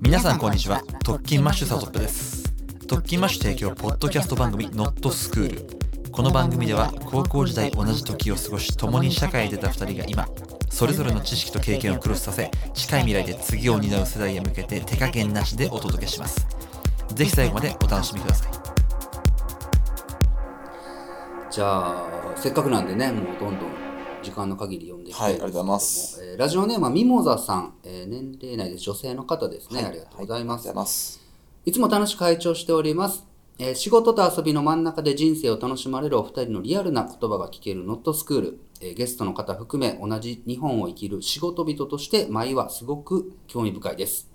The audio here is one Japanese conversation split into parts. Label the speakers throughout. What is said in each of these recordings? Speaker 1: 皆さんこんにちは特勤マッシュサトップです特勤マッシュ提供ポッドキャスト番組「ノットスクール」この番組では高校時代同じ時を過ごし共に社会へ出た2人が今それぞれの知識と経験をクロスさせ近い未来で次を担う世代へ向けて手加減なしでお届けしますぜひ最後までお楽しみください
Speaker 2: じゃあせっかくなんでねもうどんどん時間の限り読んでいきたいんですけども
Speaker 3: はいありがとうございます
Speaker 2: えーラジオネームはミモザさん、えー年齢内で女性の方ですね、ありがとうございます、
Speaker 3: ありがとうございます。
Speaker 2: いつも楽しく会長しております。えー仕事と遊びの真ん中で人生を楽しまれるお二人のリアルな言葉が聞けるノットスクール。えーゲストの方含め同じ日本を生きる仕事人として毎はすごく興味深いです。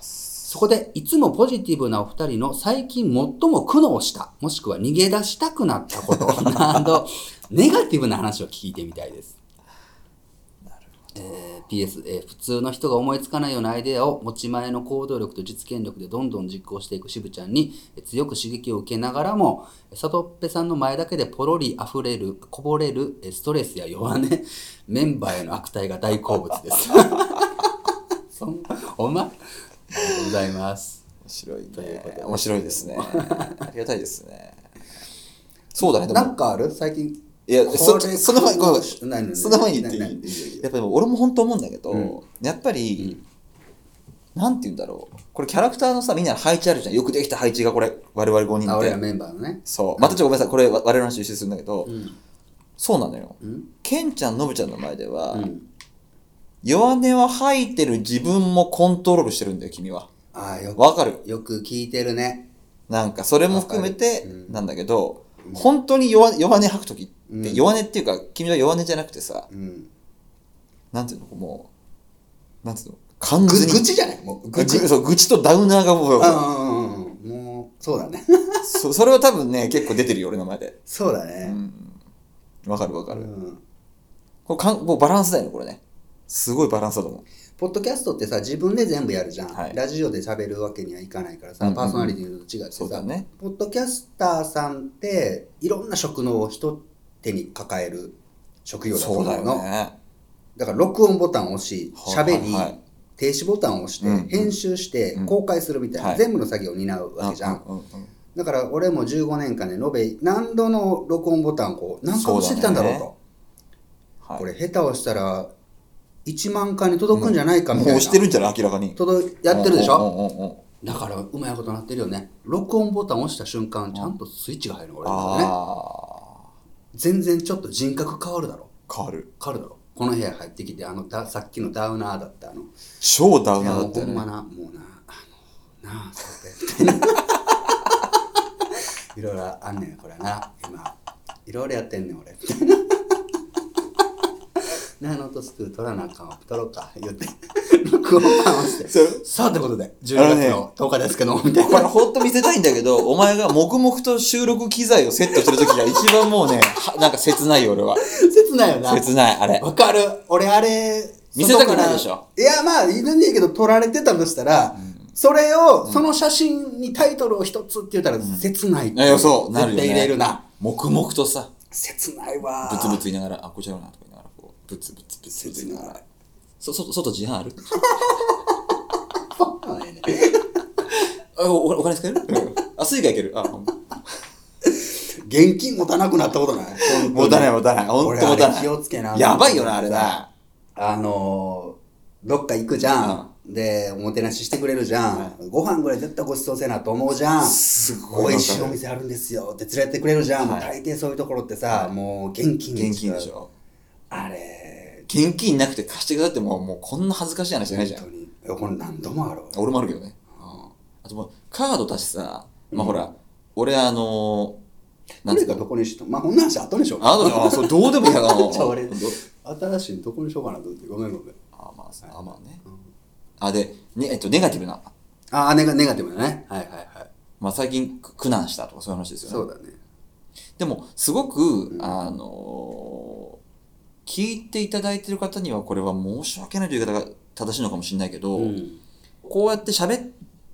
Speaker 2: そこで、いつもポジティブなお二人の最近最も苦悩した、もしくは逃げ出したくなったことなど、 ネガティブな話を聞いてみたいです。えー PS、えー普通の人が思いつかないようなアイデアを持ち前の行動力と実現力でどんどん実行していく渋ちゃんにえー強く刺激を受けながらも、サトッペさんの前だけでポロリ溢れる、こぼれるえーストレスや弱音、 メンバーへの悪態が大好物です。 そんお前、ありがとうございます。
Speaker 3: 面白いね。
Speaker 2: ということで
Speaker 3: 面白 いですね。ありがたいですね。そうだね。でも
Speaker 2: なんかある最近。
Speaker 3: いや、そ
Speaker 2: これ
Speaker 3: その前、ごめんご
Speaker 2: ない
Speaker 3: め
Speaker 2: のね
Speaker 3: ん。その前に言ってい
Speaker 2: ないない
Speaker 3: いやっぱでも俺も本当思うんだけど、
Speaker 2: うん
Speaker 3: やっぱり、なんて言うんだろう。これキャラクターのさ、みんなの配置あるじゃん。よくできた配置がこれ、我々5
Speaker 2: あ、
Speaker 3: 人
Speaker 2: 俺
Speaker 3: で
Speaker 2: ら。メンバーのね。
Speaker 3: そう。またちょっとごめんなさい。これ、我々の話と一緒にするんだけど、
Speaker 2: うん。
Speaker 3: そうなのよ。
Speaker 2: うん。
Speaker 3: ケンちゃん、ノブちゃんの前では、
Speaker 2: うん。
Speaker 3: 弱音を吐いてる自分もコントロールしてるんだよ、君は。
Speaker 2: ああ、よ
Speaker 3: わかる
Speaker 2: く、よく聞いてるね。
Speaker 3: なんかそれも含めて
Speaker 2: わかるうん
Speaker 3: なんだけど、本当に弱弱音吐く時
Speaker 2: う
Speaker 3: って
Speaker 2: ん
Speaker 3: 弱音っていうか、君は弱音じゃなくてさ
Speaker 2: うん。
Speaker 3: なんていうのもうなんていうの完
Speaker 2: ぐ
Speaker 3: 全に
Speaker 2: 愚痴じゃないもう
Speaker 3: 愚
Speaker 2: 愚痴。
Speaker 3: 痴そう愚痴とダウナーがもう
Speaker 2: うんうんうんうん。もう、そうだね。
Speaker 3: そそれは多分ね結構出てるよ俺の前で
Speaker 2: そうだ
Speaker 3: う
Speaker 2: ね。
Speaker 3: んわかるわかる、
Speaker 2: うん
Speaker 3: これかんもうバランスだよねこれねすごいバランスだと思う
Speaker 2: ポッドキャストってさ、自分で全部やるじゃん。
Speaker 3: はい
Speaker 2: ラジオで喋るわけにはいかないから
Speaker 3: う
Speaker 2: さ、
Speaker 3: んうん
Speaker 2: パーソナリティと違って
Speaker 3: そう
Speaker 2: さ、
Speaker 3: だね
Speaker 2: ポッドキャスターさんって、いろんな職能を一手に抱える職業だと
Speaker 3: そうだ
Speaker 2: 思う
Speaker 3: よ
Speaker 2: の。
Speaker 3: ね
Speaker 2: だから録音ボタンを押し、
Speaker 3: はい
Speaker 2: 喋り、
Speaker 3: はいはい
Speaker 2: 停止ボタンを押して、
Speaker 3: うんうん
Speaker 2: 編集して
Speaker 3: うん、
Speaker 2: 公開するみたいな、
Speaker 3: はい
Speaker 2: 全部の作業を担うわけじゃん。
Speaker 3: うんうんうん
Speaker 2: だから俺も15年間で延べ何度の録音ボタンをこう何回押してきたんだろう
Speaker 3: そうだ
Speaker 2: と。
Speaker 3: はい、
Speaker 2: これ下手をしたら1万回に届くんじゃないかみたいな。
Speaker 3: もうしてるんじゃない明らかに
Speaker 2: 届いやってるでしょ、
Speaker 3: うんうんうんうん
Speaker 2: だからうまいことなってるよね。録音ボタンを押した瞬間、ちゃんとスイッチが入るの俺の中でね。
Speaker 3: あ
Speaker 2: 全然ちょっと人格変わるだろ。
Speaker 3: あ変わる
Speaker 2: 変わるだろ。この部屋入ってきて、あのださっきのダウナーだったあの。
Speaker 3: 超ダウ
Speaker 2: い
Speaker 3: ナ
Speaker 2: や
Speaker 3: ーだ
Speaker 2: も
Speaker 3: っ
Speaker 2: う
Speaker 3: た
Speaker 2: ほ
Speaker 3: よ
Speaker 2: ん
Speaker 3: ね
Speaker 2: まな、もうな、あの、なあ、 そうだよみたいな。いろいろあんねん、これな、今。いろいろやってんねん、俺。み たいな。なあ、ノートスクール取らなあかんわ。取ろうか、言って。録音パンをして。
Speaker 3: それ
Speaker 2: さあ、ということで、12
Speaker 3: あの
Speaker 2: 月
Speaker 3: ね
Speaker 2: の10日ですけども、みたい
Speaker 3: これ
Speaker 2: な。
Speaker 3: ほんと見せたいんだ けど、お前が黙々と収録機材をセットしてる時が一番もう ね、はなんか切ないよ俺は。
Speaker 2: 切ないよな。
Speaker 3: 切ない、あれ。
Speaker 2: わかる。俺、あれ、
Speaker 3: 見せたくないでしょ
Speaker 2: 外から。いや、まあ、いるんやけど、撮られてたとしたら、それを、その写真にタイトルを一つって言ったら、切ないって
Speaker 3: いや、そう、なるよ
Speaker 2: 絶対
Speaker 3: ね。
Speaker 2: 入れるな。
Speaker 3: 黙々とさ、
Speaker 2: 切ないわ
Speaker 3: ブツブツ言いながら、あ、こちらなとか言いながら、こう、ブツブツブツブツ言いながら。そ、そ、外自販あるあ、お、お金使えるあ、スイカいけるあ、ほんま
Speaker 2: 現金持たなくなったことない
Speaker 3: 持たない持たない。ほんと持
Speaker 2: 俺あ
Speaker 3: たな
Speaker 2: れ
Speaker 3: い。
Speaker 2: 気をつけな
Speaker 3: やばいよな、あれな。
Speaker 2: あのーどっか行くじゃん、でおもてなししてくれるじゃん、ご飯ぐらい絶対ごちそうせなと思うじゃん
Speaker 3: すご
Speaker 2: 美
Speaker 3: い
Speaker 2: 味しいお店あるんですよって連れてくれるじゃん、もう
Speaker 3: は
Speaker 2: 大抵そういうところってさ、もう現金
Speaker 3: 現金でしょ。
Speaker 2: あれ
Speaker 3: 現金なくて貸してくださいってもう、もうこんな恥ずかしい話じゃないじゃん
Speaker 2: 本。当にえこれ何度もある
Speaker 3: 俺もあるけどね、あともうカードだしさまあほら、俺あのー、なんつ
Speaker 2: 何
Speaker 3: うか
Speaker 2: かどこにしとまあこんな話後にしよう
Speaker 3: あ
Speaker 2: か
Speaker 3: とあそうどうでもいいやな
Speaker 2: じゃあ俺
Speaker 3: ど
Speaker 2: 新しいどこにしようかなと思ってごめんごめん
Speaker 3: あまあさあまあね、あで、ねえっと、ネガティブな、
Speaker 2: ああネガネガティブだねはいはいはい
Speaker 3: まあ、最近く苦難したとかそういう話ですよね
Speaker 2: そうだね
Speaker 3: でもすごく、あのー聞いていただいてる方にはこれは申し訳ないという言い方が正しいのかもしれないけど、
Speaker 2: うん
Speaker 3: こうやって喋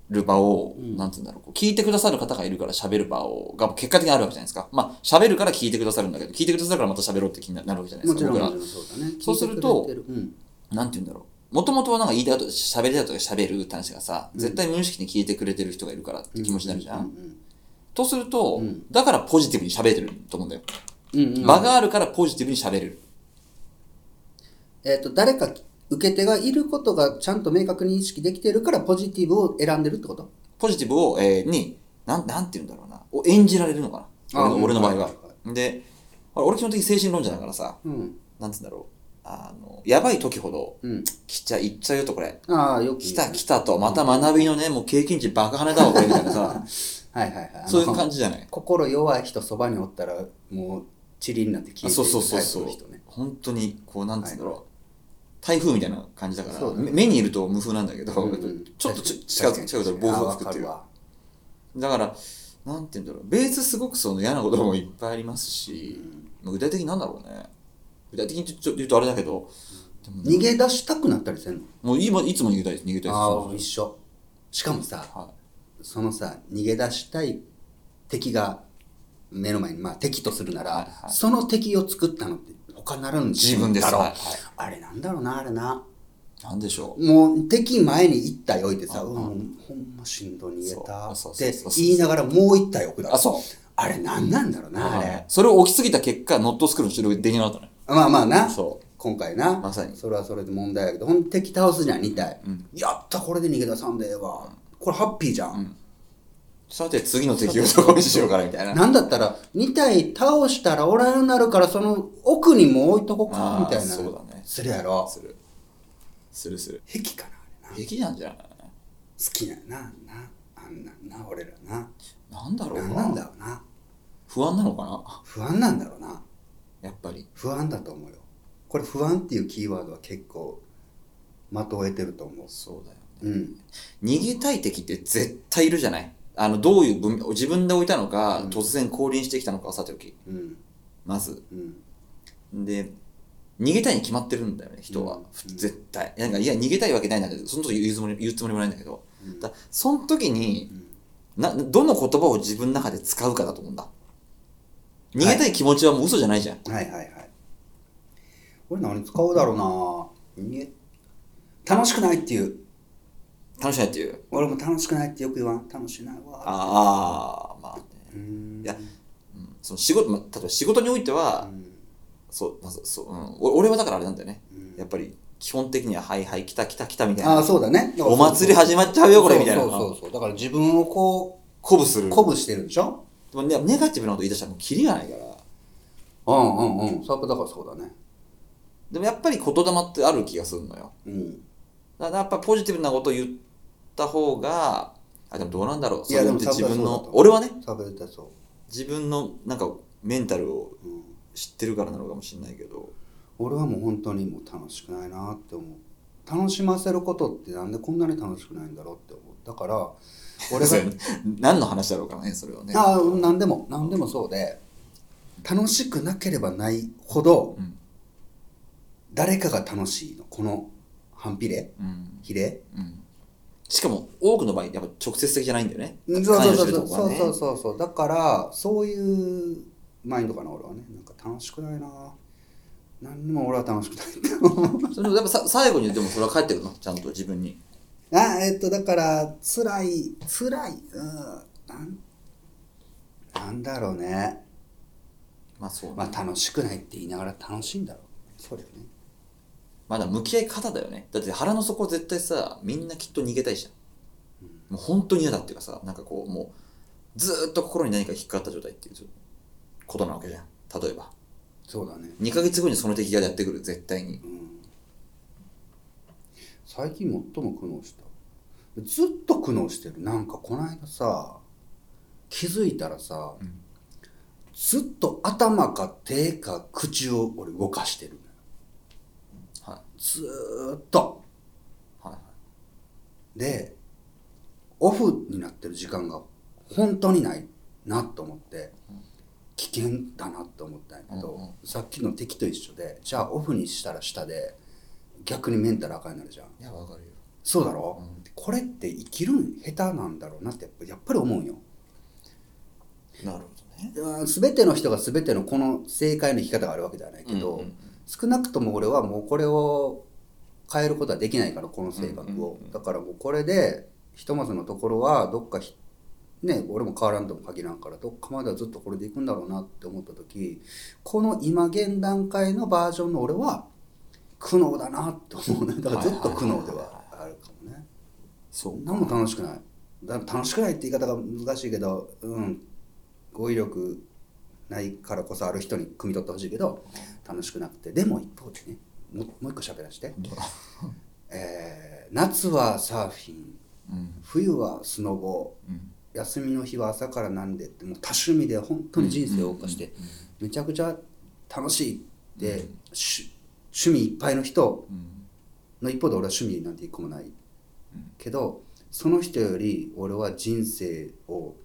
Speaker 3: る場を、なんて言うんだろう、こう聞いてくださる方がいるから喋る場を、が結果的にあるわけじゃないですか。まあ、喋るから聞いてくださるんだけど、聞いてくださるからまた喋ろうって気になるわけじゃないで
Speaker 2: も
Speaker 3: す
Speaker 2: ち
Speaker 3: か、
Speaker 2: ろん
Speaker 3: 僕ら
Speaker 2: もちろんそうだね
Speaker 3: そうすると
Speaker 2: 聞いてくれてうん
Speaker 3: なんて言うんだろう。もともとはなんか言いたいこと喋りたいことが喋るって話がさ、絶対無意識に聞いてくれてる人がいるからって気持ちになるじゃん。とすると、
Speaker 2: うん
Speaker 3: だからポジティブに喋れてると思うんだよ。
Speaker 2: うんうん
Speaker 3: 場があるからポジティブに喋れる。
Speaker 2: えっと誰か受け手がいることがちゃんと明確に意識できてるからポジティブを選んでるってこと
Speaker 3: ポジティブを、えーに、なん、なんて言うんだろうな。を演じられるのかな。
Speaker 2: あ
Speaker 3: 俺の俺の場合
Speaker 2: は
Speaker 3: はい
Speaker 2: は。
Speaker 3: で、あ俺基本的に精神論者だからさ、
Speaker 2: うん
Speaker 3: なんて言うんだろう。あの、やばい時ほど、
Speaker 2: うん
Speaker 3: 来ちゃ、行っちゃうよとこれ。
Speaker 2: ああよく
Speaker 3: 来た来たと、また学びのね、もう経験値爆跳ねだわ、これみたい なさ、
Speaker 2: はいはいはい
Speaker 3: そういう
Speaker 2: じ
Speaker 3: 感じじゃない
Speaker 2: 心弱い人そばにおったらもう塵になって消
Speaker 3: あ
Speaker 2: えて
Speaker 3: そう
Speaker 2: い
Speaker 3: そう
Speaker 2: く
Speaker 3: そう
Speaker 2: タイ
Speaker 3: そ
Speaker 2: プ
Speaker 3: う
Speaker 2: の人ね
Speaker 3: 本当にこうなんつうんだろう、台風みたいな感じだから
Speaker 2: そうだね
Speaker 3: め目にいると無風なんだけど、
Speaker 2: うんうん
Speaker 3: ちょっとち近
Speaker 2: 確
Speaker 3: く
Speaker 2: かに
Speaker 3: 近くで暴風が吹くっていう
Speaker 2: ああわか
Speaker 3: だからなんて言うんだろうベースすごくその嫌なこともいっぱいありますし、まあ具体的になんだろうね具体的にちょちょっと言うとあれだけどでも
Speaker 2: るわ逃げ出したくなったりするの
Speaker 3: もう今いつも逃げたいです逃げたいです
Speaker 2: ああ一緒しかもさ
Speaker 3: は
Speaker 2: そのさ逃げ出したい敵が目の前に、まあ、敵とするなら、
Speaker 3: はいはい
Speaker 2: その敵を作ったのって他ならぬ
Speaker 3: 自分です
Speaker 2: だろ、
Speaker 3: はいはい、
Speaker 2: あれなんだろうなあれない
Speaker 3: なんでしょう
Speaker 2: もう敵前に一体置いてさ「
Speaker 3: あ
Speaker 2: うん、ほんましんどい逃げた」
Speaker 3: そう
Speaker 2: っ
Speaker 3: そう
Speaker 2: て
Speaker 3: そうそう
Speaker 2: 言いながらもう一体置くだろ
Speaker 3: あそう
Speaker 2: あれなんなんだろうな、あ
Speaker 3: はい
Speaker 2: れ
Speaker 3: それを起きすぎた結果ノットスクールの収録できなかったね
Speaker 2: まあまあな
Speaker 3: そう
Speaker 2: 今回な
Speaker 3: まさに
Speaker 2: それはそれで問題やけどほんと敵倒すじゃん2体、やったこれで逃げ出さんでええわこれハッピーじゃん
Speaker 3: さて次の敵をどこにしようかなみたいな
Speaker 2: なんだったら2体倒したらおらんようになるからその奥にも置いとこうか
Speaker 3: あー
Speaker 2: みたいな
Speaker 3: そうだね
Speaker 2: するやろ
Speaker 3: するするする
Speaker 2: 癖かなあれな好
Speaker 3: できなんじゃない
Speaker 2: きなんやななあんなんな俺らな
Speaker 3: なんだろう
Speaker 2: なん
Speaker 3: な
Speaker 2: なんだろうな
Speaker 3: 不安なのかな
Speaker 2: 不安なんだろうな
Speaker 3: やっぱり
Speaker 2: 不安だと思うよこれ不安っていうキーワードは結構的を得てると思う
Speaker 3: そうだよ
Speaker 2: うん
Speaker 3: 逃げたい敵って絶対いるじゃないあのどういう文自分で置いたのか、
Speaker 2: うん
Speaker 3: 突然降臨してきたのかはさておき
Speaker 2: うん
Speaker 3: まず
Speaker 2: うん
Speaker 3: で逃げたいに決まってるんだよね人は、
Speaker 2: うん
Speaker 3: 絶対なんかいや逃げたいわけないなんだけどその時言うつもり言うつもりもないんだけど
Speaker 2: うん
Speaker 3: だその時に
Speaker 2: うん
Speaker 3: などの言葉を自分の中で使うかだと思うんだ逃げたい気持ちはもう嘘じゃないじゃん、
Speaker 2: はいはいはい俺何使うだろうな逃げ楽しくないっていう
Speaker 3: 楽しないっていう
Speaker 2: 俺も楽しくないってよく言わん楽しないわ
Speaker 3: ああまあね、
Speaker 2: うーん
Speaker 3: いやうんその仕事、まあ、例えば仕事においては、
Speaker 2: うん
Speaker 3: そう、まあ、そうそう、うんお、俺はだからあれなんだよね、
Speaker 2: うん
Speaker 3: やっぱり基本的には「はいはい来た来た来た」みたい
Speaker 2: ああ
Speaker 3: な
Speaker 2: そうだね
Speaker 3: お祭り始まっちゃうよこれみたいな
Speaker 2: そうそうそうだから自分をこ
Speaker 3: 鼓舞す
Speaker 2: う
Speaker 3: る
Speaker 2: 鼓舞してるでしょ
Speaker 3: でもねネガティブなこと言い出したらもうキリがないから
Speaker 2: うんうんうんそれはだからそうだね
Speaker 3: でもやっぱり言霊ってある気がするのよ
Speaker 2: うん
Speaker 3: だからやっぱポジティブなこと言った方があでもどうなんだろう
Speaker 2: いや
Speaker 3: それって
Speaker 2: でも
Speaker 3: 自
Speaker 2: 多
Speaker 3: 分
Speaker 2: 分そうだと
Speaker 3: の
Speaker 2: 思う
Speaker 3: 俺はね
Speaker 2: 食べたそ
Speaker 3: 自分のなんかメンタルを
Speaker 2: う、うん、
Speaker 3: 知ってるからなのかもしれないけど
Speaker 2: 俺はもう本当にもう楽しくないなって思う楽しませることってなんでこんなに楽しくないんだろうって思うだから俺
Speaker 3: そ
Speaker 2: が
Speaker 3: れ 何の話だろうかねそれはね
Speaker 2: ああ何でも何でもそうで楽しくなければないほど、
Speaker 3: うん
Speaker 2: 誰かが楽しいのこの反比例
Speaker 3: うん
Speaker 2: 比例
Speaker 3: うんしかも多くの場合やっぱ直接的じゃないんだよね。
Speaker 2: そうそうそうそう
Speaker 3: 関与してるとこ
Speaker 2: そ
Speaker 3: は
Speaker 2: う
Speaker 3: ね
Speaker 2: そうそうそうだからそういうマインドかな俺はねなんか楽しくないな何にも俺は楽しくない
Speaker 3: それでもやっぱさ最後にでもそれは返ってくるのちゃんと自分に。
Speaker 2: あえっとだから辛い辛いうんなんなんだろうね
Speaker 3: まあそう、ね
Speaker 2: まあ楽しくないって言いながら楽しいんだろうそうだよね
Speaker 3: まだ向き合い方だよね。だって腹の底絶対さみんなきっと逃げたいじゃん。もう本当に嫌だっていうかさなんかこうもうずーっと心に何か引っかかった状態っていうことなわけじゃん。例えば
Speaker 2: そうだね
Speaker 3: 2ヶ月後にその敵がやってくる絶対に。
Speaker 2: うん最近最も苦悩したずっと苦悩してるなんかこの間さ気づいたらさ、
Speaker 3: ん
Speaker 2: ずっと頭か手か口を俺動かしてる
Speaker 3: はい
Speaker 2: ずーっと
Speaker 3: はいはい。
Speaker 2: でオフになってる時間が本当にないなと思って危険だなと思ったんやけど、
Speaker 3: うんうん
Speaker 2: さっきの敵と一緒でじゃあオフにしたら下で逆にメンタル赤になるじゃん
Speaker 3: いやわかるよ。
Speaker 2: そうだろ、
Speaker 3: うん
Speaker 2: これって生きるん下手なんだろうなってやっぱやっぱり思うんよ
Speaker 3: なるほどね。
Speaker 2: うん全ての人が全てのこの正解の生き方があるわけではないけど、
Speaker 3: うんうんうん
Speaker 2: 少なくとも俺はもうこれを変えることはできないからこの性格を、
Speaker 3: うんうんうん
Speaker 2: だからもうこれでひとまずのところはどっかひね俺も変わらんとも限らんからどっかまではずっとこれでいくんだろうなって思った時この今現段階のバージョンの俺は苦悩だなって思うねだからずっと苦悩ではあるかもね
Speaker 3: そう
Speaker 2: 何も楽しくないだ楽しくないって言い方が難しいけどうん語彙力ないからこそある人に汲み取ってほしいけど楽しくなくてでも一方でねももう一個喋らせて、えー夏はサーフィン
Speaker 3: うん
Speaker 2: 冬はスノボ
Speaker 3: うん
Speaker 2: 休みの日は朝からなんでってもう多趣味で本当に人生を謳歌してめちゃくちゃ楽しいって、し趣味いっぱいの人
Speaker 3: うん
Speaker 2: の一方で俺は趣味なんて一個もない、けどその人より俺は人生を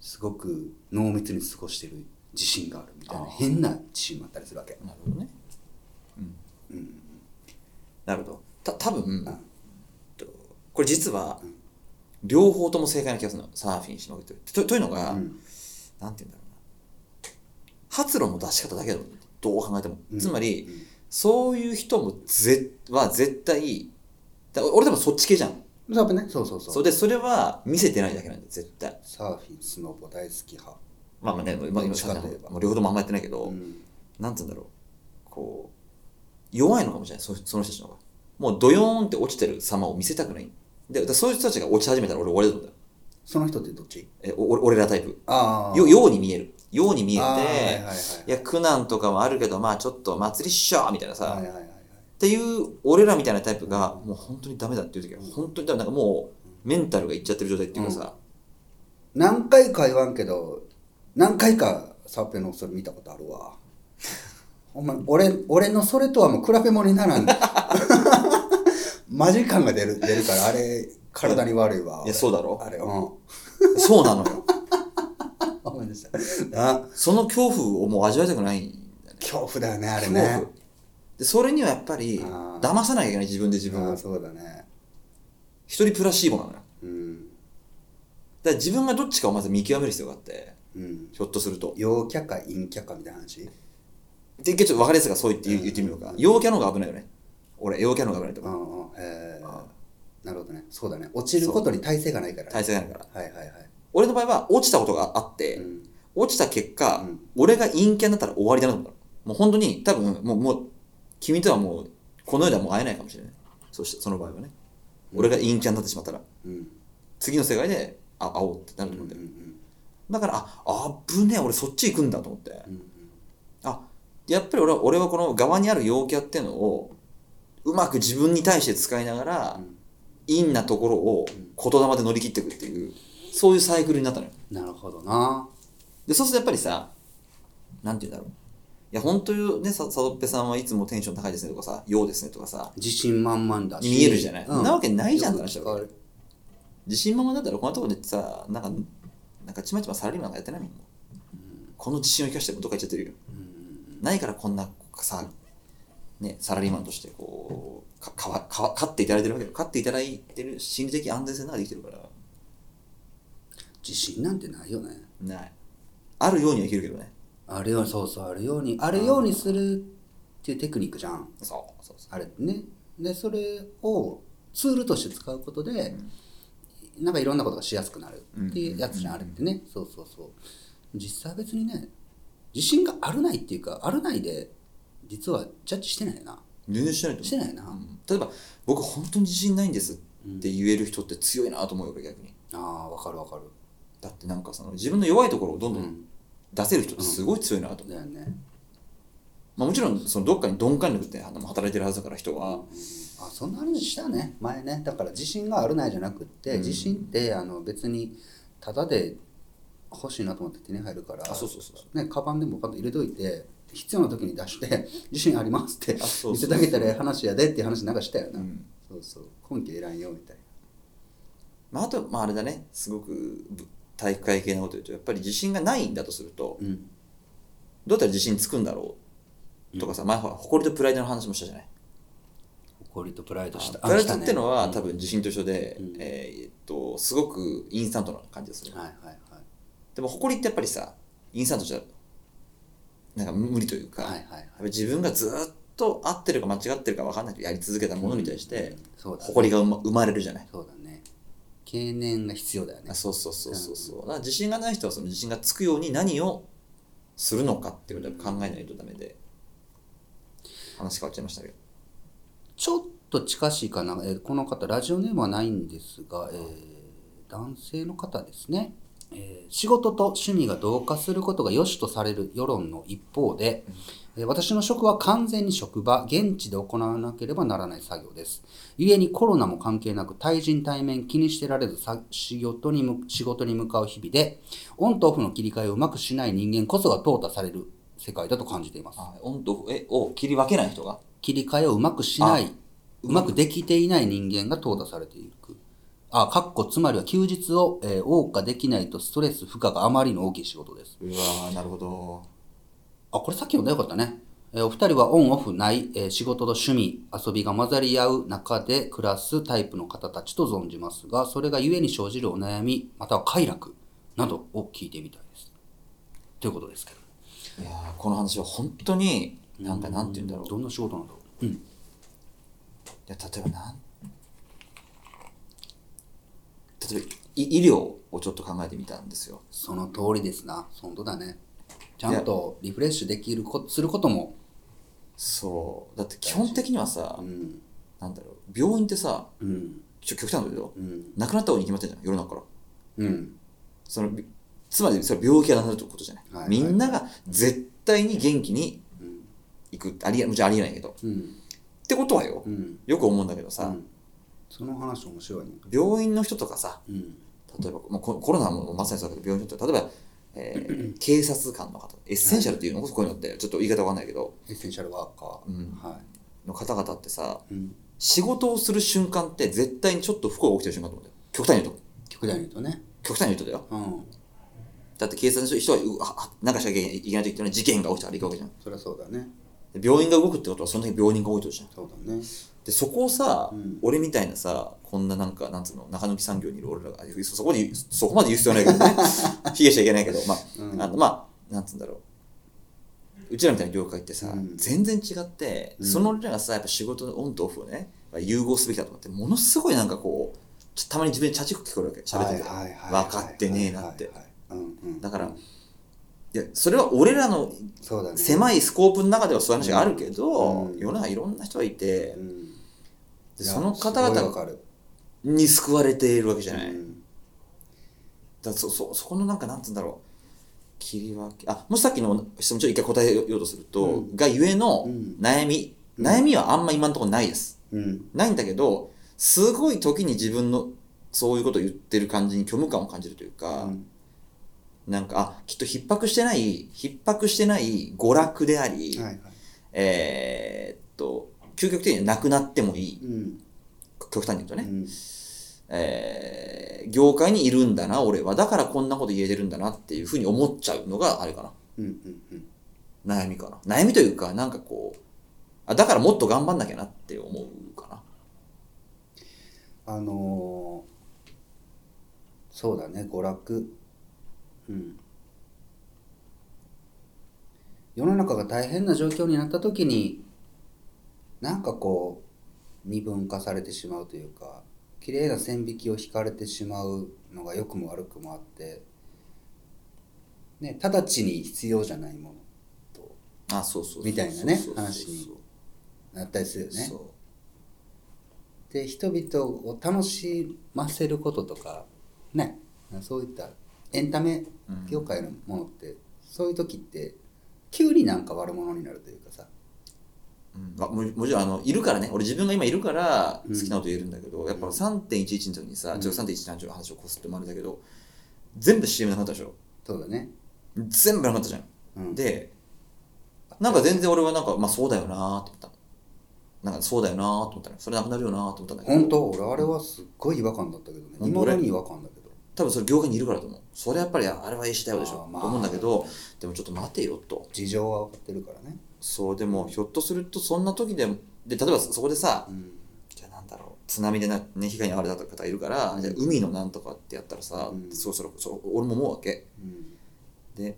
Speaker 2: すごく濃密に過ごしてる自信があるみたいな
Speaker 3: あー
Speaker 2: 変な自信もあったりするわけ
Speaker 3: なるほどねうんなるほどた多分
Speaker 2: ん
Speaker 3: とこれ実は両方とも正解な気がするのサーフィンしまくってるとというのが、
Speaker 2: うん
Speaker 3: なんて言うんだろうな発露の出し方だけだと思うどう考えても、
Speaker 2: うん
Speaker 3: つまり、
Speaker 2: うん
Speaker 3: そういう人もぜは絶対だ俺でもそっち系じゃん
Speaker 2: 多分ねそうそうそう
Speaker 3: そうでそれは見せてないだけなんだよ絶対
Speaker 2: サーフィンスノボ大好き派、
Speaker 3: まあまあね、まあ、
Speaker 2: ど
Speaker 3: 今
Speaker 2: っちかといえば
Speaker 3: もう両方ともあんまやってないけど、
Speaker 2: うん
Speaker 3: なんつうんだろうこう弱いのかもしれないそその人たちの方がもうドヨーンって落ちてる様を見せたくないでだそういう人たちが落ち始めたら俺終わりだと思うんだよ
Speaker 2: その人ってどっち
Speaker 3: えお俺俺らタイプ
Speaker 2: あ
Speaker 3: よように見えるように見えて、
Speaker 2: あーはいはい
Speaker 3: いや苦難とかもあるけどまあちょっと祭りっしょみたいなさ、
Speaker 2: はいはいはいはいはい
Speaker 3: っていう俺らみたいなタイプがもう本当にダメだっていう時は本当にダメなんかもうメンタルがいっちゃってる状態っていうかさ、
Speaker 2: 何回か言わんけど何回かサーペのそれ見たことあるわ お前俺俺のそれとはもう比べ物にな らんマジ感が出る出るからあれ体に悪いわ
Speaker 3: いやそうだろ
Speaker 2: あれうん
Speaker 3: そうなのよ
Speaker 2: 思い出したあ
Speaker 3: その恐怖をもう味わいたくないんだよね
Speaker 2: 恐怖だよねあれ
Speaker 3: 恐
Speaker 2: ね
Speaker 3: 怖でそれにはやっぱり
Speaker 2: あー
Speaker 3: 騙さなきゃいけない自分で自分
Speaker 2: あ
Speaker 3: を
Speaker 2: あそうだね
Speaker 3: 一人プラシーボなのよだか
Speaker 2: うん
Speaker 3: ら自分がどっちかをまず見極める必要があって
Speaker 2: うん
Speaker 3: ひょっとすると
Speaker 2: 陽キャか陰キャかみたいな話
Speaker 3: でちょっと分かりやすいからそう言って言う言ってみようか陽キャの方が危ないよね俺陽キャの方が危ないと
Speaker 2: う
Speaker 3: 思うん
Speaker 2: うんえー、なるほどねそうだね落ちることに耐性がないから、
Speaker 3: 体制がないから
Speaker 2: はいはいはい
Speaker 3: 俺の場合は落ちたことがあって、
Speaker 2: うん
Speaker 3: 落ちた結果、
Speaker 2: うん
Speaker 3: 俺が陰キャになったら終わりだなと思ったのもう本当に多分もうもう君とはもうこの世ではもう会えないかもしれないそしてその場合はね俺が陰キャになってしまったら
Speaker 2: うん
Speaker 3: 次の世界であ会おうってなると思うん
Speaker 2: う
Speaker 3: だよ、
Speaker 2: ん
Speaker 3: だからあ危ねえ俺そっち行くんだと思って、
Speaker 2: うん
Speaker 3: あやっぱり俺は俺はこの側にある陽キャっていうのをうまく自分に対して使いながら、
Speaker 2: ん
Speaker 3: 陰なところを言霊で乗り切っていくっていうそういうサイクルになったのよ
Speaker 2: なるほどな
Speaker 3: で、そうするとやっぱりさ、なんて言うんだろう。いや、本当にね、さ、さどっぺさんはいつもテンション高いですねとかさ、ようですねとかさ、
Speaker 2: 自信満々だし
Speaker 3: 見えるじゃないなわけないじゃん
Speaker 2: よく
Speaker 3: って話だから自信満々だったらこんなところでさ、なんか、なんかちまちまサラリーマンなんかやってないもん。この自信を生かしてどっか行っちゃってるよ。ないからこんなさ、ね、サラリーマンとしてこう、か、かわ、かわ、勝っていただいてるわけよ。勝っていただいてる心理的安全性の中で生きてるから、
Speaker 2: 自信なんてないよね
Speaker 3: ない。あるようには生きるけどね。
Speaker 2: あるようにそうそうあるようにあるようにするっていうテクニックじゃん
Speaker 3: そう、そうそう。
Speaker 2: あれってねでそれをツールとして使うことで、なんかいろんなことがしやすくなるっていうやつじゃん、あれってねそうそうそう実際別にね自信があるないっていうかあるないで実はジャッジしてないよな
Speaker 3: 全然してないと思う
Speaker 2: してないな、
Speaker 3: うん例えば僕本当に自信ないんですって言える人って強いなと思うよ俺逆に
Speaker 2: ああわかるわかる
Speaker 3: だってなんかその自分の弱いところをどんど
Speaker 2: うんん
Speaker 3: 出せる人ってすごい強いなと思う、
Speaker 2: だよね
Speaker 3: まあ、もちろんそのどっかに鈍感力ってあの働いてるはずだから人は
Speaker 2: あそんな話したね前ねだから自信があるないじゃなくって、自信ってあの別にただで欲しいなと思って手に入るから
Speaker 3: あそうそうそうそ
Speaker 2: ねカバンでもパッと入れといて必要な時に出して 「自信あります」って
Speaker 3: あそうそう
Speaker 2: 見せてあげたらええ話やでっていう話なんかしたよな、
Speaker 3: うん
Speaker 2: そうそう根拠いらんよみたい
Speaker 3: まあ、あとまああれだねすごくぶ体育会系なこと言うとやっぱり自信がないんだとすると
Speaker 2: なうん
Speaker 3: どうやったら自信つくんだろうとかさ前ほら誇りとプライドの話もしたじゃない
Speaker 2: 誇りとプライドした
Speaker 3: プライ
Speaker 2: あ
Speaker 3: ド
Speaker 2: し
Speaker 3: ったてのは、
Speaker 2: うん
Speaker 3: 多分自信と一緒で、
Speaker 2: うん
Speaker 3: えーっとすごくインスタントな感じがする、
Speaker 2: はいはいはい
Speaker 3: でも誇りってやっぱりさインスタントじゃなんか無理というか、
Speaker 2: はいはい
Speaker 3: やっ
Speaker 2: は
Speaker 3: ぱり自分がずーっと合ってるか間違ってるか分かんないけどやり続けたものに対して
Speaker 2: そうだね
Speaker 3: 誇りが生ま生まれるじゃない
Speaker 2: そうだね経年が必要だよね
Speaker 3: あそうそうそうそうそうだから自信がない人はその自信がつくように何をするのかっていうことを考えないとダメで話変わっちゃいましたけど
Speaker 2: ちょっと近しいかな、えーこの方ラジオネームはないんですが、えー男性の方ですね、えー仕事と趣味が同化することが良しとされる世論の一方で、えー私の職は完全に職場現地で行わなければならない作業です故にコロナも関係なく対人対面気にしてられずさ仕事にむ仕事に向かう日々でオンとオフの切り替えをうまくしない人間こそが淘汰される世界だと感じています
Speaker 3: あオンとオフえを切り分けない人が
Speaker 2: 切り替えをうまくしないうう
Speaker 3: ま
Speaker 2: ま
Speaker 3: く
Speaker 2: くできていない人間が淘汰されていくあかっこつまりは休日を、えー謳歌できないとストレス負荷があまりの大きい仕事です
Speaker 3: うわーなるほど
Speaker 2: あこれさっきのでよかったね、えーお二人はオンオフない、えー仕事と趣味遊びが混ざり合う中で暮らすタイプの方たちと存じますがそれが故に生じるお悩みまたは快楽などを聞いてみたいですということですけど
Speaker 3: いやーこの話は本当になんかなんて言うんだろう
Speaker 2: どんな仕事なんだろううん
Speaker 3: いや例えばなん例えばい医療をちょっと考えてみたんですよ
Speaker 2: その通りですな本当だねちゃんとリフレッシュできるこすることも
Speaker 3: そうだって基本的にはさ、
Speaker 2: うん
Speaker 3: なんだろう病院ってさ
Speaker 2: うん
Speaker 3: ちょ極端だけど、
Speaker 2: うん
Speaker 3: 亡くなった方に決まってんじゃん世の中から
Speaker 2: うん
Speaker 3: そのびつまりそれは病気がなさるってことじゃない、
Speaker 2: はいはい
Speaker 3: みんなが絶対に元気に
Speaker 2: うん
Speaker 3: 行くありえもちろんありえないけど
Speaker 2: うん
Speaker 3: ってことはよ、
Speaker 2: うん
Speaker 3: よく思うんだけどさ、
Speaker 2: その話面白いね
Speaker 3: 病院の人とかさ
Speaker 2: うん
Speaker 3: 例えばもうココロナもまさにそうだけど病院の人例えば、え ー警察官の方エッセンシャルっていうのこそこういうのってちょっと言い方わかんないけど、
Speaker 2: エッセンシャルワーカー
Speaker 3: うん
Speaker 2: は
Speaker 3: の方々ってさ
Speaker 2: いうん
Speaker 3: 仕事をする瞬間って絶対にちょっと不幸が起きてる瞬間だと思うんだよ極端に言うと
Speaker 2: 極端に言うとね
Speaker 3: 極端に言うとだよ
Speaker 2: うん
Speaker 3: だって警察の人はうわあなんかしなきゃいけないといけない事件が起きたから行くわけじゃん
Speaker 2: そりゃそうだね
Speaker 3: で病院が動くってことはその時病人が多いってことじゃん
Speaker 2: そうだね
Speaker 3: でそこをさ、
Speaker 2: うん
Speaker 3: 俺みたいなさこんななんかなんつうの中抜き産業にいる俺らがあそそこで言うそこまで言う必要はない けどね卑下しちゃいけないけどまあ、
Speaker 2: うん
Speaker 3: あのまあなんつうんだろううちらみたいな業界ってさ、
Speaker 2: うん
Speaker 3: 全然違って、
Speaker 2: うん
Speaker 3: その俺らがさやっぱ仕事のオンとオフをね融合すべきだと思ってものすごいなんかこうちょたまに自分でチャチく聞こえるわけ喋ってて、
Speaker 2: はいはいはい
Speaker 3: 分かってねえなって、
Speaker 2: はいはいはいうんうん
Speaker 3: だから、いやそれは俺らの
Speaker 2: そうだね
Speaker 3: 狭いスコープの中ではそういう話があるけど、
Speaker 2: うん
Speaker 3: 世の中いろんな人がいて
Speaker 2: う、ん
Speaker 3: でその方々
Speaker 2: すごいわかる
Speaker 3: に救われているわけじゃない、
Speaker 2: う
Speaker 3: だか
Speaker 2: ん
Speaker 3: らそそそこのなんかなんつうんだろう切り分けあもしさっきの質問ちょっと一回答えようとすると、
Speaker 2: うん
Speaker 3: がゆえの
Speaker 2: うん
Speaker 3: 悩み、
Speaker 2: うん
Speaker 3: 悩みはあんま今のところないです
Speaker 2: うん
Speaker 3: ないんだけどすごい時に自分のそういうことを言ってる感じに虚無感を感じるというか、
Speaker 2: うん
Speaker 3: なんかあきっと逼迫してない逼迫してない娯楽であり、
Speaker 2: はいはい
Speaker 3: えーっと究極的にはなくなってもいい
Speaker 2: うん
Speaker 3: 極端に言うと
Speaker 2: う
Speaker 3: ね、
Speaker 2: ん
Speaker 3: えー業界にいるんだな俺はだからこんなこと言えてるんだなっていうふうに思っちゃうのがあれか
Speaker 2: うんうんうん
Speaker 3: な悩みかな悩みというかなんかこうあだからもっと頑張んなきゃなって思うかな
Speaker 2: あのーそうだね娯楽うん世の中が大変な状況になった時になんかこう二分化されてしまうというか綺麗な線引きを引かれてしまうのが良くも悪くもあって、ね、直ちに必要じゃないものと
Speaker 3: あそうそうそう
Speaker 2: みたいなね
Speaker 3: そうそうそう
Speaker 2: 話になったりするよね。
Speaker 3: そう
Speaker 2: で人々を楽しませることとかねそういったエンタメ業界のものって、そういう時って急になんか悪者になるというかさ
Speaker 3: うんまあ、ももちろんあのいるからね俺自分が今いるから好きなこと言えるんだけど、やっぱ
Speaker 2: うん
Speaker 3: 3.11の時にさ、
Speaker 2: うん
Speaker 3: ちょ3.11の話をこすってもあれだけど全部 CM なくなったでしょ
Speaker 2: そうだね、
Speaker 3: 全部なくなったじゃん
Speaker 2: うん、
Speaker 3: でなんか全然俺はなんかまあそうだよなーって思ったなんかそうだよなーと思ったねそれなくなるよなーと思ったんだけど
Speaker 2: 本当俺あれはすっごい違和感だったけどね
Speaker 3: 本当
Speaker 2: 今
Speaker 3: 俺
Speaker 2: だに違和感だけど
Speaker 3: 多分それ業界にいるからだと思うそれやっぱりあれは英詞だよでし
Speaker 2: あ
Speaker 3: ょ
Speaker 2: ー、まあ
Speaker 3: と思うんだけどでもちょっと待てよと
Speaker 2: 事情は分かってるからね、
Speaker 3: そうでもひょっとするとそんな時でもで例えばそこでさ
Speaker 2: うん、
Speaker 3: じゃあなんだろう津波でな、ね、被害に遭われた方がいるから、
Speaker 2: うん
Speaker 3: じゃあ海のなんとかってやったらさ、
Speaker 2: うん
Speaker 3: そうそろそう俺も思うわけ
Speaker 2: うん
Speaker 3: で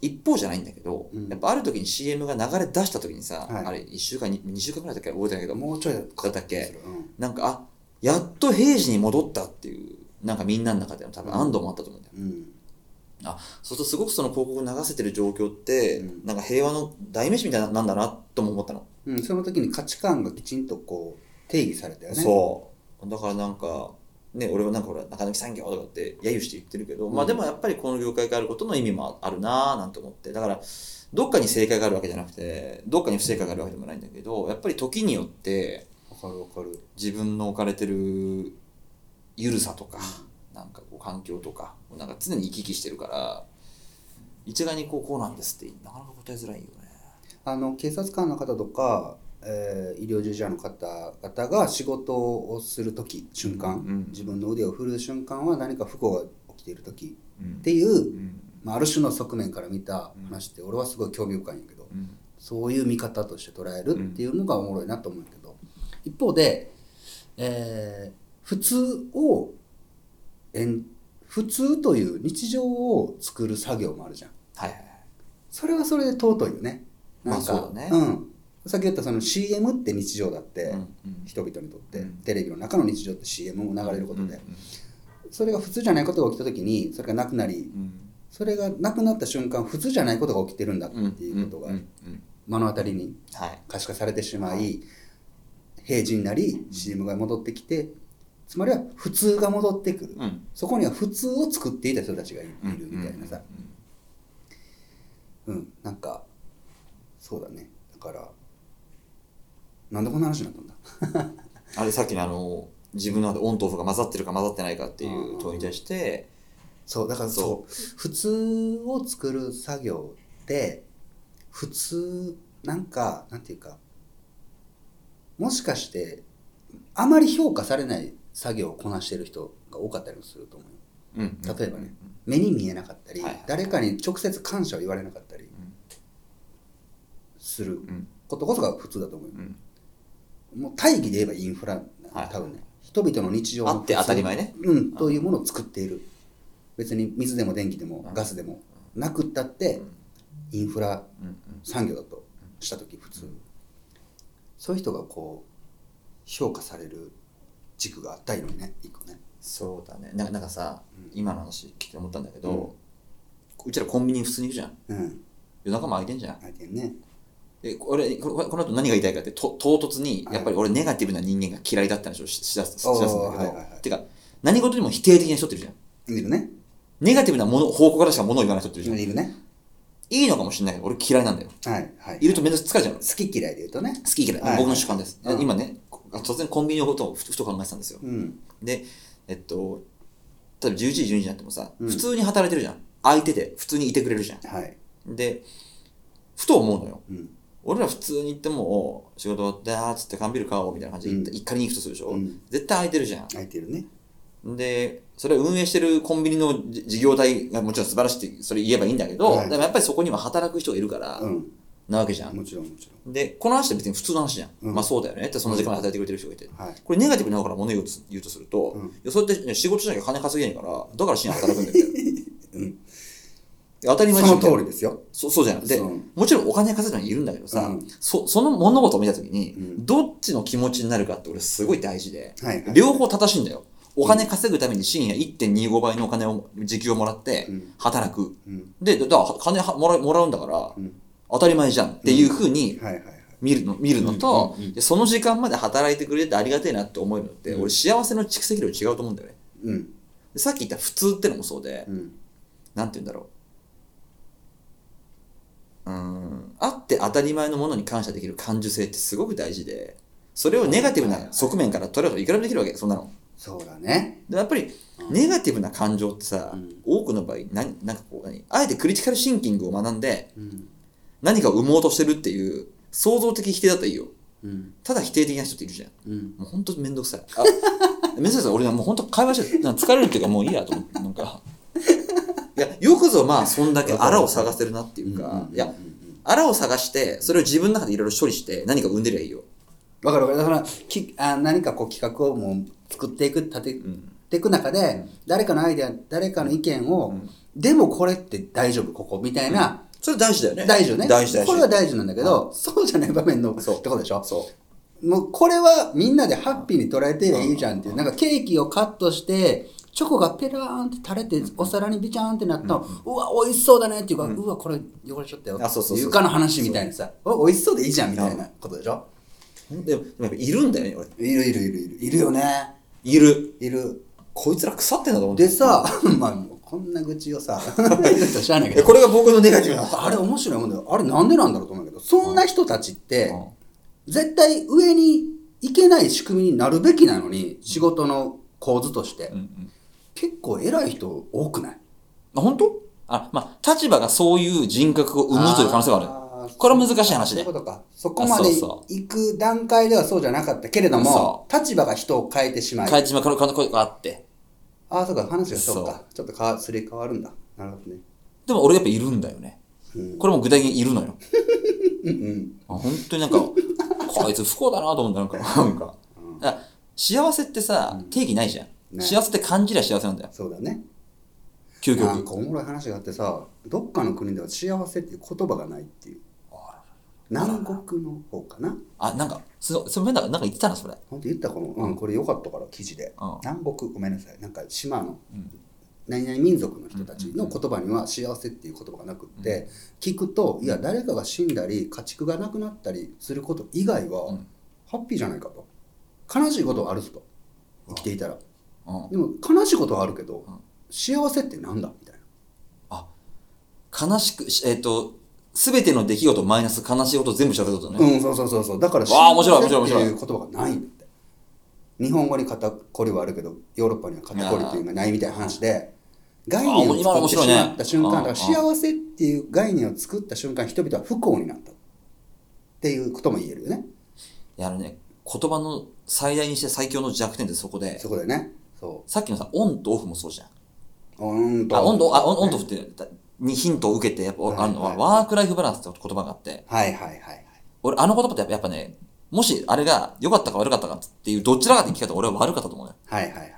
Speaker 3: 一方じゃないんだけど、
Speaker 2: うん
Speaker 3: やっぱある時に CM が流れ出した時にさ、
Speaker 2: はい
Speaker 3: あれ1週間に2週間ぐらいだっけ覚えてないけど
Speaker 2: もうちょいだっ
Speaker 3: だったっけ
Speaker 2: うん
Speaker 3: なんかあやっと平時に戻ったっていうなんかみんなの中でも多分安堵もあったと思うんだよ、
Speaker 2: うん
Speaker 3: そうするとすごくその広告流せてる状況って、
Speaker 2: うん
Speaker 3: なんか平和の代名詞みたいななんだなとも思ったの、
Speaker 2: うん、その時に価値観がきちんとこう定義されたよね。
Speaker 3: そうだからなんかね俺はなんかほら中抜き産業とかって揶揄して言ってるけど、
Speaker 2: うん
Speaker 3: まあでもやっぱりこの業界があることの意味もあるなぁなんて思ってだからどっかに正解があるわけじゃなくてどっかに不正解があるわけでもないんだけどやっぱり時によって
Speaker 2: わかるわかる。
Speaker 3: 自分の置かれてるゆるさとかなんかこう環境とかなんか常に行き来してるから一概にこうこうなんですってなかなか答えづらいよね。
Speaker 2: あの警察官の方とか、えー医療従事者の方々が仕事をする時瞬間、
Speaker 3: うん
Speaker 2: 自分の腕を振る瞬間は何か不幸が起きている時
Speaker 3: うん
Speaker 2: っていう
Speaker 3: う、ん
Speaker 2: まあ、ある種の側面から見た話って、俺はすごい興味深いんやけど、
Speaker 3: うん
Speaker 2: そういう見方として捉えるっていうのがおもろいなと思うけど、一方で、えー普通をえん普通という日常を作る作業もあるじゃん
Speaker 3: はいはいはい
Speaker 2: それはそれで尊いよねなんか、
Speaker 3: まあそうだね
Speaker 2: ん、さっき言ったその CM って日常だって、
Speaker 3: うんうん
Speaker 2: 人々にとって、
Speaker 3: うん
Speaker 2: テレビの中の日常って CM も流れることで、
Speaker 3: うん
Speaker 2: それが普通じゃないことが起きた時にそれがなくなり
Speaker 3: うん
Speaker 2: それがなくなった瞬間普通じゃないことが起きてるんだっていうことが
Speaker 3: んんうん
Speaker 2: 目の当たりに
Speaker 3: はい
Speaker 2: 可視化されてしまい平時になり CM が戻ってきてつまりは普通が戻ってくる、
Speaker 3: うん
Speaker 2: そこには普通を作っていた人たちがいい
Speaker 3: うん
Speaker 2: るみたいなさ、うんなんかそうだねだからなんでこんな話になったんだ
Speaker 3: あれさっきのあの自分の中でオンとオフが混ざってるか混ざってないかっていう問いに対して
Speaker 2: そうだからそう普通を作る作業って普通なんかなんていうかもしかしてあまり評価されない作業をこなしてる人が多かったりもすると思うよ
Speaker 3: 例
Speaker 2: 例えばね目に見えなかったり、
Speaker 3: はいはい
Speaker 2: 誰かに直接感謝を言われなかったり
Speaker 3: ん
Speaker 2: する
Speaker 3: うん
Speaker 2: ことこそが普通だと思うよ、
Speaker 3: うん
Speaker 2: もう大義で言えばインフラな
Speaker 3: はい
Speaker 2: 多分ね人々の日常の
Speaker 3: あって当たり前ね
Speaker 2: うん、というものを作っている別に水でも電気でもガスでもなくったってインフラ
Speaker 3: うん
Speaker 2: 産業だとした時普通そういう人がこう評価される軸があったりのにね一個ね
Speaker 3: そうだねなんかなんかさ
Speaker 2: うん
Speaker 3: 今の話聞いて思ったんだけどうちらコンビニ普通に行くじゃん
Speaker 2: うん
Speaker 3: 夜中も空いてんじゃん
Speaker 2: 相手ね
Speaker 3: で俺ここの後何が言いたいかってと唐突にやっぱり俺ネガティブな人間が嫌いだった話をししだすしだすんだけ
Speaker 2: おーはいはいは
Speaker 3: ど
Speaker 2: い
Speaker 3: てか何事にも否定的な人っているじゃん
Speaker 2: いるね
Speaker 3: ネガティブなもの方向からしか物を言わない人っているじゃん。
Speaker 2: いるね
Speaker 3: いいのかもしれないけど、俺嫌いなんだよ。
Speaker 2: はいはい
Speaker 3: いるとめんどくさい疲れちゃうの。
Speaker 2: 好き嫌いで言うとね
Speaker 3: 好き嫌い。
Speaker 2: はい
Speaker 3: 僕の主観です。
Speaker 2: うん
Speaker 3: 今ね、こ突然コンビニのことをふとふと考えてたんですよ。
Speaker 2: うん
Speaker 3: で、えっと、例えば11時、12時になってもさ、
Speaker 2: うん
Speaker 3: 普通に働いてるじゃん。空いてて、普通にいてくれるじゃ
Speaker 2: はい
Speaker 3: ん。で、ふと思うのよ。
Speaker 2: うん
Speaker 3: 俺ら普通に行っても、おう仕事終わったーっつって缶ビール買おうみたいな感じで行った
Speaker 2: うん
Speaker 3: 一回に行くとするでしょ。
Speaker 2: うん
Speaker 3: 絶対空いてるじゃん。
Speaker 2: 空いてるね
Speaker 3: で、それを運営してるコンビニのじ事業体がもちろん素晴らしいって、それ言えばいいんだけど、
Speaker 2: はい
Speaker 3: でもやっぱりそこには働く人がいるから、
Speaker 2: うん
Speaker 3: なわけじゃん。
Speaker 2: もちろんもち
Speaker 3: で、この話って別に普通の話じゃん。
Speaker 2: うん
Speaker 3: まあそうだよねって、その時間まで働いてくれてる人がいて。
Speaker 2: ろんはい
Speaker 3: これネガティブな方から物言うとす言うとすると、
Speaker 2: うん
Speaker 3: いやそれってね仕事しなきゃ金稼げないから、だから深夜働くんだよ みたいな。当たり前
Speaker 2: そ
Speaker 3: じゃ
Speaker 2: の
Speaker 3: ん
Speaker 2: 通りですよ
Speaker 3: そうそうじゃん。で、
Speaker 2: うん
Speaker 3: もちろんお金稼ぐのはいるんだけどさ、
Speaker 2: うん
Speaker 3: そその物事を見たときに、
Speaker 2: うん
Speaker 3: どっちの気持ちになるかって俺すごい大事で、
Speaker 2: はいはい
Speaker 3: 両方正しいんだよ。お金稼ぐために深夜1.25倍のお金を、時給をもらって
Speaker 2: うん、
Speaker 3: 働く。
Speaker 2: うん
Speaker 3: で、だだから金はもらうもらうんだから
Speaker 2: うん、
Speaker 3: 当たり前じゃんっていうふうに
Speaker 2: はいはいはい
Speaker 3: 見るの見るのと、
Speaker 2: うんうんうん
Speaker 3: でその時間まで働いてくれてありがてえなって思えるのって、
Speaker 2: うん
Speaker 3: 俺幸せの蓄積量違うと思うんだよね
Speaker 2: うん
Speaker 3: でさっき言った普通ってのもそうで、
Speaker 2: うん
Speaker 3: なんて言うんだろううーんあって当たり前のものに感謝できる感受性ってすごく大事でそれをネガティブな側面から取ればいくらでもできるわけそんなの
Speaker 2: そうだね
Speaker 3: でやっぱりネガティブな感情ってさ、
Speaker 2: うん
Speaker 3: 多くの場合何なんかこう何あえてクリティカルシンキングを学んで
Speaker 2: うん
Speaker 3: 何かを生もうとしてるっていう創造的否定だったらいいよ
Speaker 2: うん
Speaker 3: ただ否定的な人っているじゃん
Speaker 2: うん
Speaker 3: もう本当にめんどくさい。あ めんどくさい。俺はもう本当会話してなんか疲れるっていうかもういいやと思って、な んか。いや、よくぞまあそんだけあらを探せるなっていうか、いや、あらを探して、それを自分の中でいろいろ処理して何か生んでりゃいいよ。
Speaker 2: わかるわかるだからきあ何かこう企画をもう作っていく立て
Speaker 3: ん
Speaker 2: ていく中で、誰かのアイデア誰かの意見を、
Speaker 3: ん
Speaker 2: でもこれって大丈夫ここみたいな
Speaker 3: それ大事だよね。
Speaker 2: 大事よね。
Speaker 3: 大事大事。
Speaker 2: これは大事なんだけど、そうじゃない場面のって
Speaker 3: そう
Speaker 2: ことでしょ
Speaker 3: そ
Speaker 2: もうこれはみんなでハッピーに捉えてりゃいいじゃんっていう。
Speaker 3: うん
Speaker 2: なんかケーキをカットして、チョコがペラーンって垂れて、お皿にビチャーンってなったの、うわ、美味しそうだねっていうか、
Speaker 3: うん
Speaker 2: うわ、これ汚れちゃったよ。
Speaker 3: あそうそうそう
Speaker 2: 床の話みたいなさ、お美味しそうでいいじゃんみたいなことでしょ
Speaker 3: う。でも、でもやっぱいるんだよね、俺。
Speaker 2: いるいるいるいる。いるよね。
Speaker 3: いる。
Speaker 2: いる。
Speaker 3: こいつら腐ってんだと思って。
Speaker 2: でさ、まあ、もうこんな愚痴を さ、知らないけ
Speaker 3: え、
Speaker 2: ど
Speaker 3: こ。れが僕のネガティブな。
Speaker 2: あれ面白いもんだよ。あれなんでなんだろうと思うんだけど、そんな人たちって、絶対上に行けない仕組みになるべきなのに、仕事の構図として
Speaker 3: うんう。ん。
Speaker 2: 結構偉い人多くない
Speaker 3: あ、本当あ、まあ、立場がそういう人格を生むという可能性がある。これは難しい話
Speaker 2: そういう
Speaker 3: で
Speaker 2: こ。とか。そこまで
Speaker 3: あそう
Speaker 2: 行く段階ではそうじゃなかったけれども
Speaker 3: そ、
Speaker 2: 立場が人を変えてしまい。
Speaker 3: 帰ってしまう可能性があって。
Speaker 2: ああ、そうか、話がそうか。ちょっとかすり替わるんだ。なるほどね。
Speaker 3: でも俺やっぱいるんだよね。これも具体的にいるのよ。あ本当になんか、こいつ不幸だなと思った、なんか。なんかだから幸せってさ、定義ないじゃん。
Speaker 2: ね
Speaker 3: 幸せって感じりゃ幸せなんだよ。
Speaker 2: そうだね。
Speaker 3: 究
Speaker 2: なんか
Speaker 3: 極。
Speaker 2: おもろい話があってさ、どっかの国では幸せっていう言葉がないっていう。南国の方かな。
Speaker 3: あ、なんか、そそれなんかなんか言ってたな、それ。
Speaker 2: 本当言ったかも、うん、これ良かったから記事で、
Speaker 3: うん
Speaker 2: 南国ごめんなさいなんか島の何々民族の人たちの言葉には幸せっていう言葉がなくって、聞くといや誰かが死んだり家畜がなくなったりすること以外は、
Speaker 3: うん
Speaker 2: ハッピーじゃないかと悲しいことはあるぞと生きていたら
Speaker 3: うん
Speaker 2: でも悲しいことはあるけど、
Speaker 3: ん
Speaker 2: 幸せってなんだみたいな
Speaker 3: 悲しく、しえっ、と、すべての出来事マイナス悲しいこと全部幸せってことね。
Speaker 2: うん、そうそうそうそう。だから、
Speaker 3: わあ面白い
Speaker 2: 幸せ
Speaker 3: 面白い面
Speaker 2: っていう言葉がないんだって。日本語に肩こりはあるけど、ヨーロッパには肩こりっていうのがないみたいな話で、概念を
Speaker 3: あ
Speaker 2: 作
Speaker 3: 面
Speaker 2: って
Speaker 3: 白い
Speaker 2: し
Speaker 3: ね
Speaker 2: まった瞬間、だから
Speaker 3: うん
Speaker 2: 幸せっていう概念を作った瞬間、人々は不幸になった。っていうことも言えるよね。
Speaker 3: いや、あのね、言葉の最大にして最強の弱点ってそこで、
Speaker 2: そこでね。そ
Speaker 3: さっきのさ、オンとオフもそうじゃん。
Speaker 2: う。温度。
Speaker 3: あ、オンと、あ、オンオンとオフって、にヒントを受けて、やっぱあるの
Speaker 2: は
Speaker 3: は、
Speaker 2: いはい
Speaker 3: ワークライフバランスって言葉があって、
Speaker 2: はいはいはいはい。
Speaker 3: 俺、あの言葉ってやっぱやっぱね、もしあれが良かったか悪かったかっていう、どちらかって聞き方、俺は悪かったと思うのよ。
Speaker 2: はいはいはい。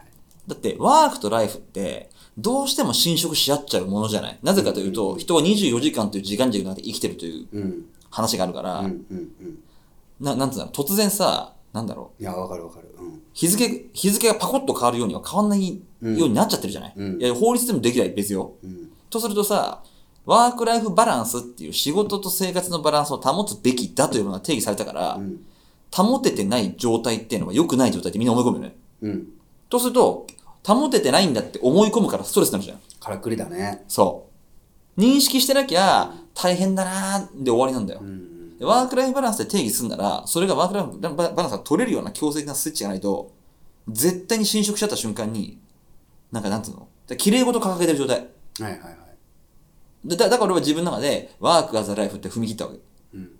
Speaker 3: だって、ワークとライフって、どうしても侵食し合っちゃうものじゃない。なぜかというと、人は24時間という時間軸の中で生きてるという
Speaker 2: うん。
Speaker 3: 話があるか
Speaker 2: うん
Speaker 3: ら、
Speaker 2: うんうん。
Speaker 3: ななんつうの、突然さ、なんだろう、
Speaker 2: いや、わかるわかる。うん。
Speaker 3: 日付、日付がパコッと変わるようには変わんないようになっちゃってるじゃない。
Speaker 2: うん
Speaker 3: いや、法律でもできない別よ。
Speaker 2: うん。
Speaker 3: とするとさ、ワークライフバランスっていう仕事と生活のバランスを保つべきだというのが定義されたから、
Speaker 2: うん。
Speaker 3: 保ててない状態っていうのは良くない状態ってみんな思い込むよね。
Speaker 2: うん。
Speaker 3: とすると、保ててないんだって思い込むからストレスになるじゃん。
Speaker 2: からくりだね。
Speaker 3: そう。認識してなきゃ大変だなーで終わりなんだよ
Speaker 2: う。ん。
Speaker 3: でワークライフバランスで定義するなら、それがワークライフバランスが取れるような強制的なスイッチがないと、絶対に侵食しちゃった瞬間に、なんかなんつうので綺麗事掲げてる状態。
Speaker 2: はいはいはい。
Speaker 3: でだだから俺は自分の中で、ワークアザライフって踏み切ったわけ。
Speaker 2: うん。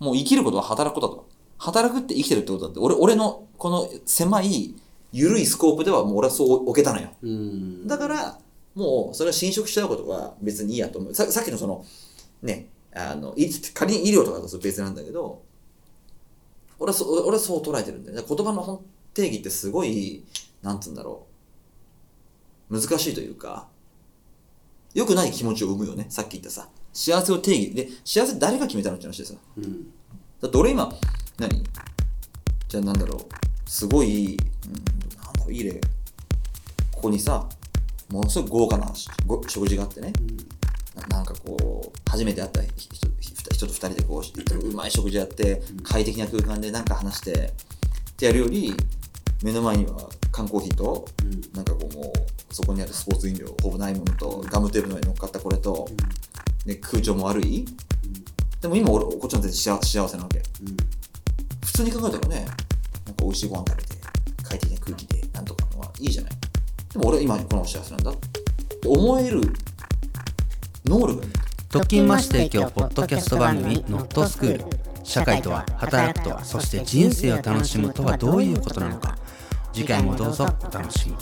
Speaker 3: もう生きることは働くことだと。働くって生きてるってことだって、俺、俺のこの狭い、緩いスコープではもう俺はそう置けたのよ。
Speaker 2: うん。
Speaker 3: だから、もうそれは侵食しちゃうことは別にいいやと思う。ささっきのその、ね、あの、い仮に医療とかだと別なんだけど、俺はそう、俺はそう捉えてるんだよね。言葉の本定義ってすごい、なんつうんだろう。難しいというか、良くない気持ちを生むよね。さっき言ったさ。幸せを定義。で、幸せ誰が決めたのって話でさ。
Speaker 2: うん。
Speaker 3: だって俺今、何じゃあなんだろう。すごい、うん、なんだろう、いい例。ここにさ、ものすごい豪華なしご食事があってね、ななんかこう、初めて会った人人人と二人でこう、うまい食事やって、快適な空間でなんか話して、ってやるより、目の前には缶コーヒーと、
Speaker 2: うん
Speaker 3: なんかこうもう、そこにあるスポーツ飲料ほぼないものと、ガムテープの上に乗っかったこれと、で空調も悪い。でも今俺、こっちの手で幸幸せなわけ。普通に考えたらね、なんか美味しいご飯食べて、快適な空気で、なんとかのはいいじゃない。でも俺は今この幸せなんだって思える能力がね、
Speaker 1: 特勤マッシュ提供ポッドキャスト番組「ノットスクール」社会とは働くとはそして人生を楽しむとはどういうことなのか次回もどうぞお楽しみに